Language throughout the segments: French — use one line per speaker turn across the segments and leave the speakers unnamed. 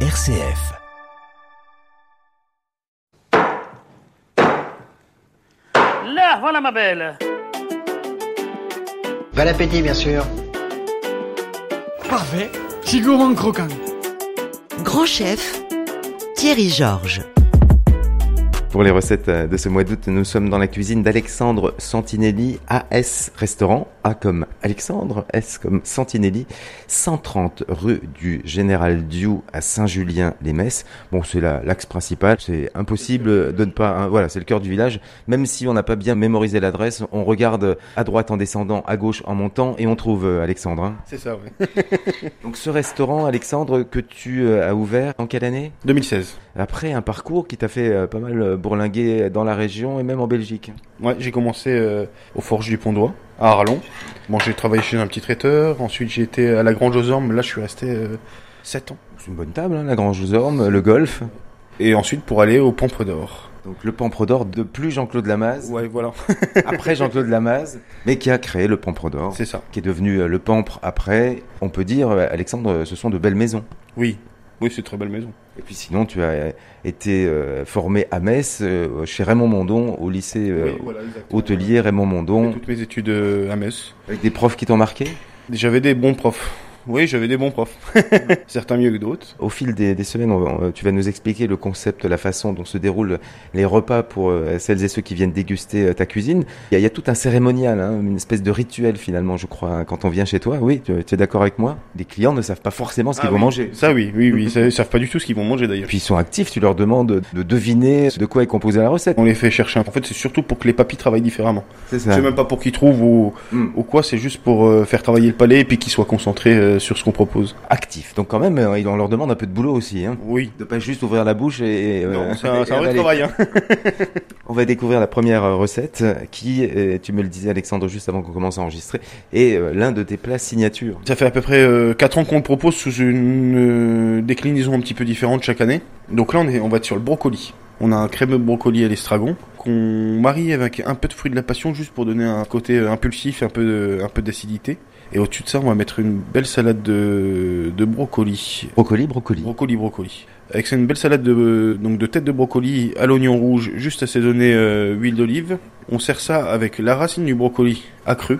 RCF.
Là, voilà ma belle.
Bon appétit, bien sûr.
Parfait, c'est gourmand croquant.
Grand chef, Thierry Georges.
Pour les recettes euh, de ce mois d'août, nous sommes dans la cuisine d'Alexandre Santinelli, AS Restaurant, A comme Alexandre, S comme Santinelli, 130 rue du Général Diou à Saint-Julien-les-Messes. Bon, c'est la- l'axe principal, c'est impossible de ne pas... hein, voilà, c'est le cœur du village. Même si on n'a pas bien mémorisé l'adresse, on regarde à droite en descendant, à gauche en montant, et on trouve euh, Alexandre. hein.
C'est ça, oui.
Donc ce restaurant, Alexandre, que tu euh, as ouvert en quelle année
2016.
Après un parcours qui t'a fait euh, pas mal euh, bourlinguer dans la région et même en Belgique.
Ouais, j'ai commencé euh, aux forges du Pont-d'Oie, à Arlon. Bon, j'ai travaillé chez un petit traiteur. Ensuite, j'ai été à la Grange aux Ormes. Là, je suis resté euh, 7 ans.
C'est une bonne table, hein, la Grange aux Ormes, le golf.
Et ensuite, pour aller au Pampre d'Or.
Donc le Pampre d'Or de plus Jean-Claude Lamaze,
Ouais, voilà.
après Jean-Claude Lamaze, mais qui a créé le Pampre d'Or,
C'est ça.
qui est devenu euh, le Pampre après. On peut dire, euh, Alexandre, euh, ce sont de belles maisons.
Oui. Oui, c'est une très belle maison.
Et puis sinon, tu as euh, été euh, formé à Metz, euh, chez Raymond Mondon, au lycée euh, hôtelier Raymond
J'ai
Mondon,
Toutes mes études euh, à Metz.
avec des profs qui t'ont marqué
J'avais des bons profs. Oui, j'avais des bons profs. Certains mieux que d'autres.
Au fil des, des semaines, on- on- tu vas nous expliquer le concept, la façon dont se déroulent les repas pour euh, celles et ceux qui viennent déguster euh, ta cuisine. Il y a, il y a tout un cérémonial, hein, une espèce de rituel finalement, je crois, hein, quand on vient chez toi. Oui, tu, tu es d'accord avec moi Les clients ne savent pas forcément ce qu'ils
Ah
vont
oui.
manger.
Ça, oui, oui, oui. ça- Ils savent pas du tout ce qu'ils vont manger, d'ailleurs.
Puis ils sont actifs, tu leur demandes de deviner de quoi est composée la recette.
On les fait chercher. un- En fait, c'est surtout pour que les papis travaillent différemment.
C'est ça.
C'est même pas pour qu'ils trouvent ou,
Mm.
ou quoi, c'est juste pour euh, faire travailler le palais et puis qu'ils soient concentrés euh, sur ce qu'on propose.
Actifs. Donc quand même, euh, on leur demande un peu de boulot aussi. Hein.
Oui.
De pas juste ouvrir la bouche et... et, euh,
Non, c'est un, c'est
et
un vrai
avaler.
travail. Hein.
On va découvrir la première euh, recette euh, qui, euh, tu me le disais Alexandre juste avant qu'on commence à enregistrer, est euh, l'un de tes plats signatures.
Ça fait à peu près 4 ans qu'on le propose sous une euh, déclinaison un petit peu différente chaque année. Donc là, on, est, on va être sur le brocoli. On a un crémeux brocoli à l'estragon qu'on marie avec un peu de fruit de la passion juste pour donner un côté euh, impulsif, un peu, de- un peu d'acidité. Et au-dessus de ça, on va mettre une belle salade de, de brocoli.
Brocoli, brocoli.
Brocoli, brocoli. Avec ça, une belle salade de, donc de tête de brocoli à l'oignon rouge, juste assaisonnée euh, huile d'olive. On sert ça avec la racine du brocoli accrue,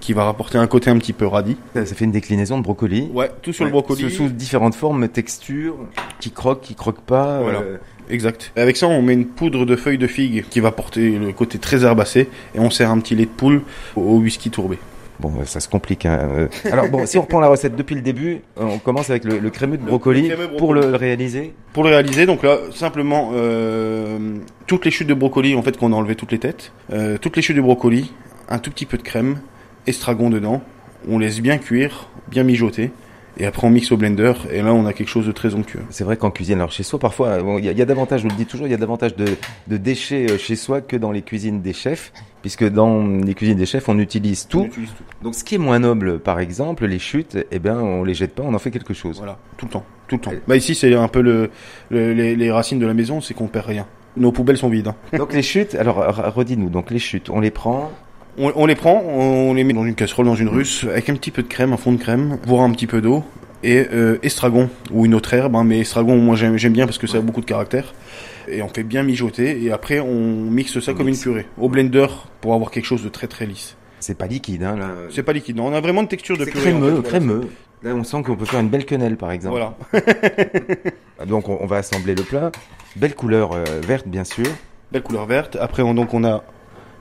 qui va rapporter un côté un petit peu radis.
euh, Ça ça fait une déclinaison de brocoli.
Ouais, tout sur le
Ouais,
brocoli.
sous- Sous différentes formes, textures, qui croque, qui croque pas.
Voilà.
euh,
Exact. Avec ça, on met une poudre de feuilles de figue qui va porter le côté très herbacé et on sert un petit lait de poule au- au whisky tourbé.
Bon, euh, ça se complique. hein, euh. Alors bon, si on reprend la recette depuis le début, euh, on commence avec le, le crémeux de
Le-
brocoli
le crémeux
pour le,
brocoli.
le réaliser.
Pour le réaliser, donc là, simplement, euh, toutes les chutes de brocoli, en fait, qu'on a enlevé toutes les têtes, euh, toutes les chutes de brocoli, un tout petit peu de crème, estragon dedans, on laisse bien cuire, bien mijoter, et après on mixe au blender, et là on a quelque chose de très onctueux.
C'est vrai qu'en cuisine, alors chez soi, parfois, bon, il y, a- il y a davantage, je vous le dis toujours, il y a davantage de, de déchets euh, chez soi que dans les cuisines des chefs, puisque dans les cuisines des chefs, on utilise tout. Donc ce qui est moins noble, par exemple, les chutes, eh bien, on les jette pas, on en fait quelque chose.
Voilà, tout le temps, tout le temps. Bah ici c'est un peu le, le- les, les racines de la maison, c'est qu'on perd rien. Nos poubelles sont vides. hein.
Donc les chutes, alors r- redis-nous, donc les chutes, on les prend,
On, on les prend, on les met dans une casserole, dans une russe, avec un petit peu de crème, un fond de crème, voire un petit peu d'eau, et euh, estragon, ou une autre herbe, hein, mais estragon, moi j'aime j'aime bien parce que ça a beaucoup de caractère. Et on fait bien mijoter, et après on mixe ça
On
comme
mixe.
une purée, au blender, pour avoir quelque chose de très très lisse.
c'est pas liquide, hein, là.
C'est pas liquide, non, on a vraiment une texture de
C'est
purée.
crémeux,
en fait, voilà.
crémeux. Là, on sent qu'on peut faire une belle quenelle, par exemple.
Voilà.
Donc on, on va assembler le plat. Belle couleur euh, verte, bien sûr.
Belle couleur verte. Après, on, donc on a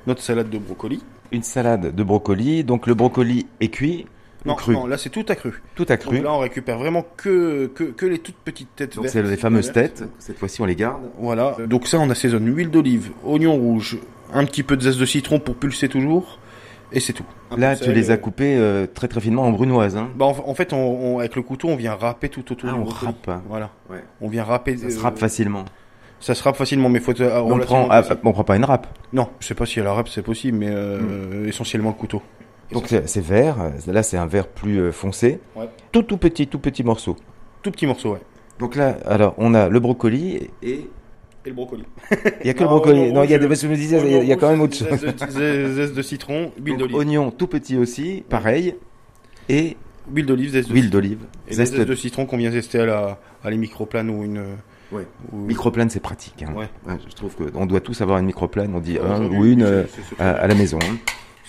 notre salade de brocoli.
Une salade de brocoli, donc le brocoli est cuit, ou
Non,
cru,
non, là c'est tout accru.
tout accru.
Donc là, on récupère vraiment que, que, que les toutes petites têtes
Donc
vertes.
c'est les fameuses
vertes.
têtes, cette fois-ci on les garde.
Voilà, donc ça on assaisonne huile d'olive, oignon rouge, un petit peu de zeste de citron pour pulser toujours, et c'est tout.
Là tu les as coupées euh, très très finement en brunoise. Hein.
Bah, en, en fait, on, on- avec le couteau, on vient râper tout autour
Ah,
du
on
brocoli.
râpe, hein.
Voilà,
Ouais.
on vient râper.
Ça se
euh,
râpe facilement.
Ça se râpe facilement, mais faut être, euh,
On
relativement
prend, ah,
facile.
on prend pas une râpe.
Non, je sais pas si à la râpe c'est possible, mais
Hmm.
euh, essentiellement le couteau.
Donc c'est c'est vert, euh, là c'est un vert plus euh, foncé.
Ouais.
Tout tout petit, tout petit morceau.
Tout petit morceau, ouais.
Donc là, alors on a le brocoli.
Et, le brocoli.
Il y a que
Non,
le brocoli.
oignon
Non, il y a
rouge,
des, parce que je me disais, il y a- il y a quand même autre chose.
Zeste de, zeste de citron, huile
Donc,
d'olive.
Oignon tout petit aussi, pareil. Et
Huile d'olive, zeste de
Huile d'olive,
citron. Et la
zeste
zeste de citron qu'on vient zester à la, à les microplanes ou une.
Ouais.
ou-
Microplane, c'est pratique. hein.
Ouais.
Ouais, je trouve qu'on doit tous avoir une microplane, on dit un
Aujourd'hui,
ou une
c'est-
euh,
c'est- c'est-
à, à la maison. hein.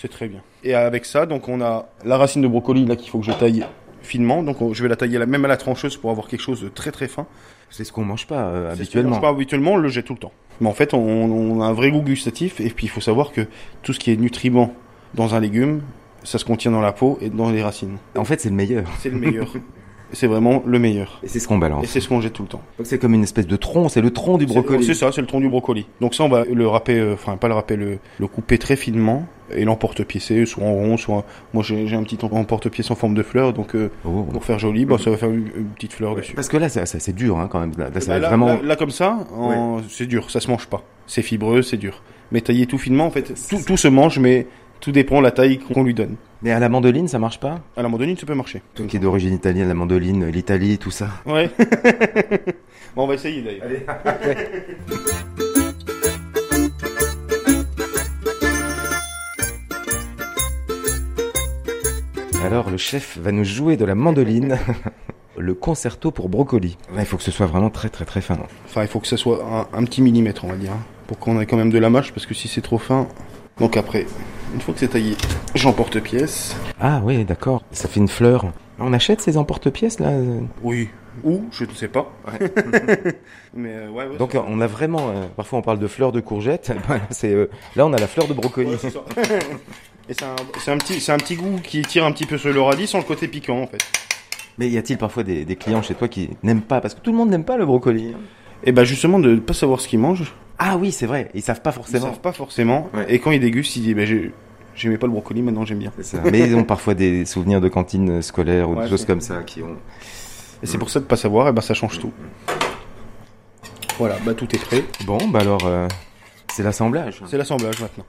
C'est très bien. Et avec ça, donc on a la racine de brocoli là qu'il faut que je taille finement. Donc on- je vais la tailler à la- même à la trancheuse pour avoir quelque chose de très très fin.
C'est ce qu'on mange pas euh,
C'est ce qu'on mange
habituellement.
pas habituellement, on le jette tout le temps. Mais en fait, on, on a un vrai goût gustatif. Et puis il faut savoir que tout ce qui est nutriments dans un légume, ça se contient dans la peau et dans les racines.
En fait, c'est le meilleur.
C'est le meilleur. c'est vraiment le meilleur.
Et c'est ce qu'on
Et
balance.
c'est ce qu'on jette tout le temps.
Donc c'est comme une espèce de tronc, c'est le tronc du brocoli.
C'est ça, c'est le tronc du brocoli. Donc ça, on va le râper, euh, enfin pas le râper, le, le couper très finement et l'emporte-piécer, soit en rond, soit... Moi j'ai j'ai un petit emporte-pièce en forme de fleur, donc euh,
Oh.
pour faire joli, bah, ça va faire une, une petite fleur dessus.
Parce que là, ça, ça- c'est dur hein, quand même. Là, là, ça
Bah,
va
là,
vraiment.
là- là, comme ça, en- c'est dur, ça se mange pas. C'est fibreux, c'est dur. Mais taillé tout finement, en fait, tout, tout se mange, mais tout dépend de la taille qu'on lui donne.
Mais à la mandoline, ça marche pas
À la mandoline, ça peut marcher.
Tout qui est d'origine italienne, la mandoline, l'Italie, tout ça.
Ouais. bon, on va essayer d'ailleurs.
Alors le chef va nous jouer de la mandoline. Le concerto pour brocoli. Là, il faut que ce soit vraiment très très très fin.
Enfin, il faut que ça soit un, un petit millimètre, on va dire, hein, pour qu'on ait quand même de la mâche, parce que si c'est trop fin. Donc après, une fois que c'est taillé, j'emporte pièce.
Ah oui, d'accord. Ça fait une fleur. On achète ces emporte-pièces là euh
Oui. Ou, je ne sais pas. Mais euh, ouais, ouais,
Donc
ça-
on a vraiment... euh, parfois on parle de fleurs de courgettes. Bah, c'est, euh, là on a la fleur de brocoli.
ouais, c'est ça. Et c'est un, c'est un petit, c'est un petit goût qui tire un petit peu sur le radis sans le côté piquant en fait.
Mais y a-t-il parfois des, des clients chez toi qui n'aiment pas Parce que tout le monde n'aime pas le brocoli. hein.
Et bah justement de ne pas savoir ce qu'ils mangent,
Ah oui, c'est vrai. Ils savent pas
ils ne
forcément.
savent pas forcément.
Ouais.
Et quand ils dégustent, ils disent bah, j'ai- j'aimais pas le brocoli, maintenant j'aime bien.
C'est ça. Mais ils ont parfois des souvenirs de cantines scolaires ou
Ouais,
des choses
c'est-
comme ça qui ont.
Et c'est pour ça de pas savoir, et bah ça change tout. Voilà, bah tout est prêt.
Bon, bah alors, euh, c'est l'assemblage.
C'est l'assemblage maintenant.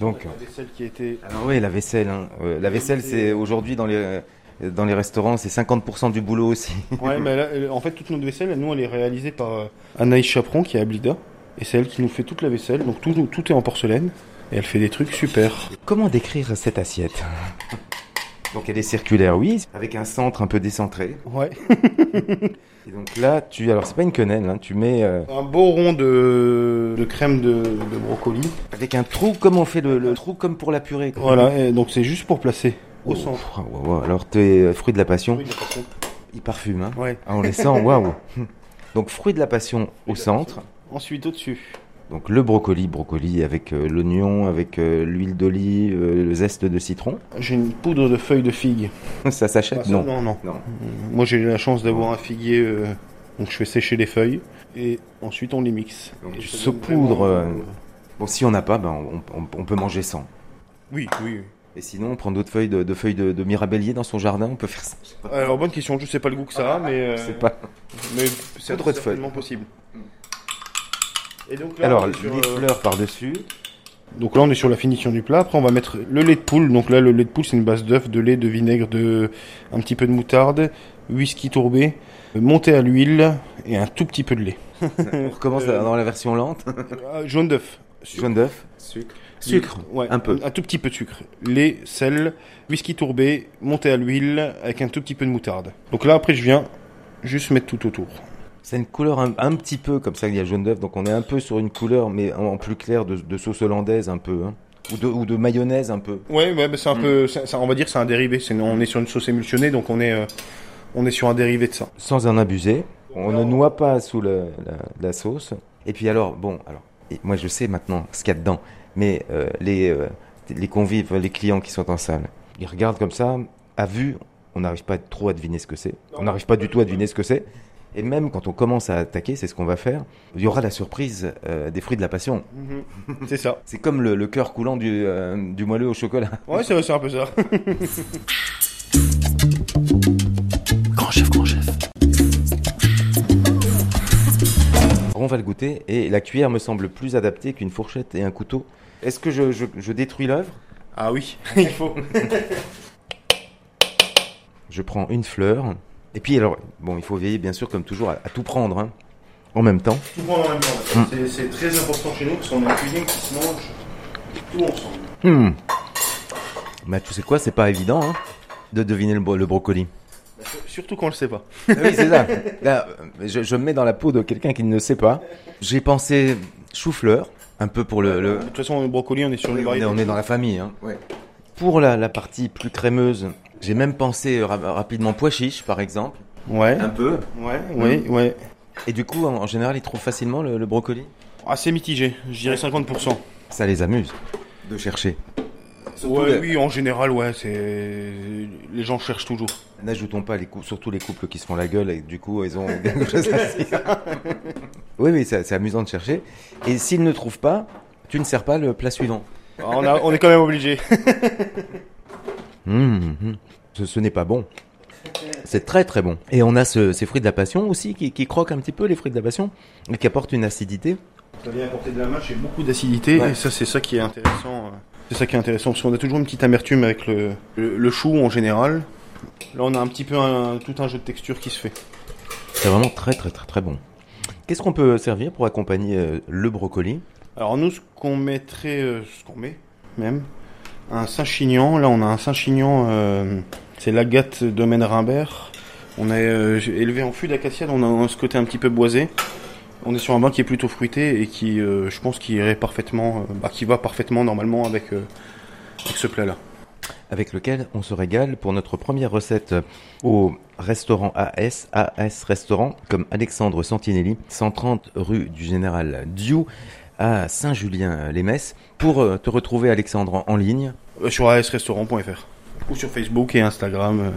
Donc. on a
celle qui était.
Alors oui, la vaisselle. hein. Euh, la vaisselle, c'est aujourd'hui dans les euh, dans les restaurants, c'est 50% du boulot aussi.
Ouais, mais là, euh, en fait, toute notre vaisselle, nous, elle est réalisée par euh, Anaïs Chaperon qui est à Blida. Et c'est elle qui nous fait toute la vaisselle. Donc tout, tout est en porcelaine. Et elle fait des trucs super.
Comment décrire cette assiette Donc elle est circulaire, oui, avec un centre un peu décentré.
Ouais.
Et donc là, tu alors c'est pas une quenelle, hein, tu mets euh,
Un beau rond de, de crème de, de brocoli.
avec un trou comme on fait le, le trou comme pour la purée. quoi.
Voilà, et donc c'est juste pour placer au
Oh,
centre.
pff, waouh, waouh. Alors tes euh, fruits de la passion,
Oui, de la façon.
ils parfument. Hein.
Ouais.
Ah, on les sent, waouh. Donc fruits de la passion au centre.
Ensuite, au-dessus.
Donc le brocoli, brocoli avec euh, l'oignon, avec euh, l'huile d'olive, euh, le zeste de citron.
J'ai une poudre de feuilles de figue.
Ça s'achète
Ah, ça,
Non.
non, non.
Non.
Moi, j'ai la chance d'avoir un figuier. euh, donc je fais sécher les feuilles. Et ensuite, on les mixe.
Donc,
Et
tu
ça donne
saupoudres,
vraiment-
euh, Bon, si on n'a pas, ben, on, on- on peut manger sans.
Oui, oui, oui.
Et sinon, on prend d'autres feuilles de, de feuilles de, de mirabellier dans son jardin, on peut faire ça. Je sais pas.
Alors bonne question, je sais pas le goût que ça a, mais euh,
Je sais pas.
mais
Pas
c'est
trop de
certainement possible. Et donc là,
Alors,
on
les
est sur, euh,
fleurs par-dessus.
donc là on est sur la finition du plat. Après on va mettre le lait de poule. Donc là le lait de poule c'est une base d'œuf, de lait, de vinaigre, de un petit peu de moutarde, whisky tourbé, euh, monté à l'huile et un tout petit peu de lait.
On recommence
Euh,
dans la version lente.
Euh, jaune d'œuf.
Jaune d'œuf. Sucre. Sucre.
Ouais,
Un peu.
Un tout petit peu de sucre. Lait, sel, whisky tourbé, monté à l'huile avec un tout petit peu de moutarde. Donc là après je viens juste mettre tout autour.
C'est une couleur un, un petit peu comme ça, il y a jaune d'œuf. Donc on est un peu sur une couleur, mais en, en plus clair, de, de sauce hollandaise un peu. hein. Ou, de, ou de mayonnaise un peu.
Ouais, ouais, bah, c'est un peu, ça, ça- on va dire, c'est un dérivé. C'est, on est sur une sauce émulsionnée, donc on est, euh, on est sur un dérivé de ça.
sans en abuser. On ne noie pas sous le- la, la sauce. Et puis alors, bon, alors, et moi je sais maintenant ce qu'il y a dedans, mais euh, les, euh, les convives, les clients qui sont en salle, ils regardent comme ça, à vue, on n'arrive pas trop à deviner ce que c'est. On n'arrive pas du tout à deviner ce que c'est. Et même quand on commence à attaquer, c'est ce qu'on va faire, il y aura la surprise euh, des fruits de la passion.
c'est ça.
C'est comme le, le cœur coulant du, euh, du moelleux au chocolat.
Ouais, c'est, c'est un peu ça.
Grand chef, grand chef.
On va le goûter et la cuillère me semble plus adaptée qu'une fourchette et un couteau. Est-ce que je- je- je détruis l'œuvre
Ah oui, il faut.
Je prends une fleur. Et puis alors, bon, il faut veiller bien sûr comme toujours à, à tout prendre hein, en même temps.
Tout prendre en même temps. C'est, c'est très important chez nous parce qu'on a une cuisine qui se mange tout ensemble.
Hmm. Bah tu sais quoi, c'est pas évident. Hein. de deviner le, bro- le brocoli.
Surtout quand on le sait pas.
Ah Oui, c'est ça. Là, je, je me mets dans la peau de quelqu'un qui ne sait pas. J'ai pensé chou-fleur, un peu pour le. le-
De toute façon, le brocoli, on est sur
On
les
est,
variétés.
on est dans la famille. hein. Pour la, la partie plus crémeuse, j'ai même pensé ra- rapidement pois chiche, par exemple.
Ouais,
peu.
ouais, ouais, ouais.
Et du coup, en, en général, ils trouvent facilement le, le brocoli.
Assez mitigé, je dirais 50%.
Ça les amuse de chercher.
Ouais,
le-
oui, en général, ouais, c'est. Les gens cherchent toujours.
N'ajoutons pas les cou- surtout les couples qui se font la gueule et du coup ils ont quelque chose à se dire. oui, oui, c'est c'est amusant de chercher. Et s'ils ne trouvent pas, tu ne sers pas le plat suivant.
Ah, on, a- on est quand même obligé.
Hum, hum. Ce, ce n'est pas bon. C'est très très bon. Et on a ce- ces fruits de la passion aussi qui, qui croquent un petit peu les fruits de la passion et qui apportent une acidité.
Ça vient apporter de la mâche et beaucoup d'acidité.
Ouais.
Et ça, c'est ça qui est intéressant. euh. C'est ça qui est intéressant parce qu'on a toujours une petite amertume avec le, le, le chou en général. Là, on a un petit peu un- tout un jeu de texture qui se fait.
C'est vraiment très très très très bon. Qu'est-ce qu'on peut servir pour accompagner euh, le brocoli
Alors nous, ce qu'on mettrait, euh, ce qu'on met même, un Saint-Chinian. Là, on a un Saint-Chinian, euh, c'est l'agate domaine Rimbert. On est euh, élevé en fût d'acacia, donc on a ce côté un petit peu boisé. On est sur un vin qui est plutôt fruité et qui, euh, je pense, qui irait parfaitement, euh, bah, qui va parfaitement normalement avec, euh, avec ce plat-là.
avec lequel on se régale pour notre première recette au restaurant AS, AS Restaurant, comme Alexandre Santinelli, 130 rue du Général Diou à Saint-Julien-les-Messes. Pour euh, te retrouver, Alexandre, en- en ligne,
Euh, sur asrestaurant.fr ou sur Facebook et Instagram. euh.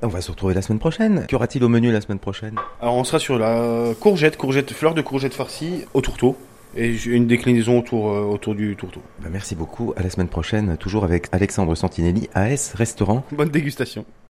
on va se retrouver la semaine prochaine. Qu'aura-t-il au menu la semaine prochaine
Alors on sera sur la courgette, courgette fleur de courgette farcie au tourteau et j'ai une déclinaison autour, euh, autour du tourteau.
Ben, Merci beaucoup, à la semaine prochaine, toujours avec Alexandre Santinelli, AS Restaurant.
Bonne dégustation.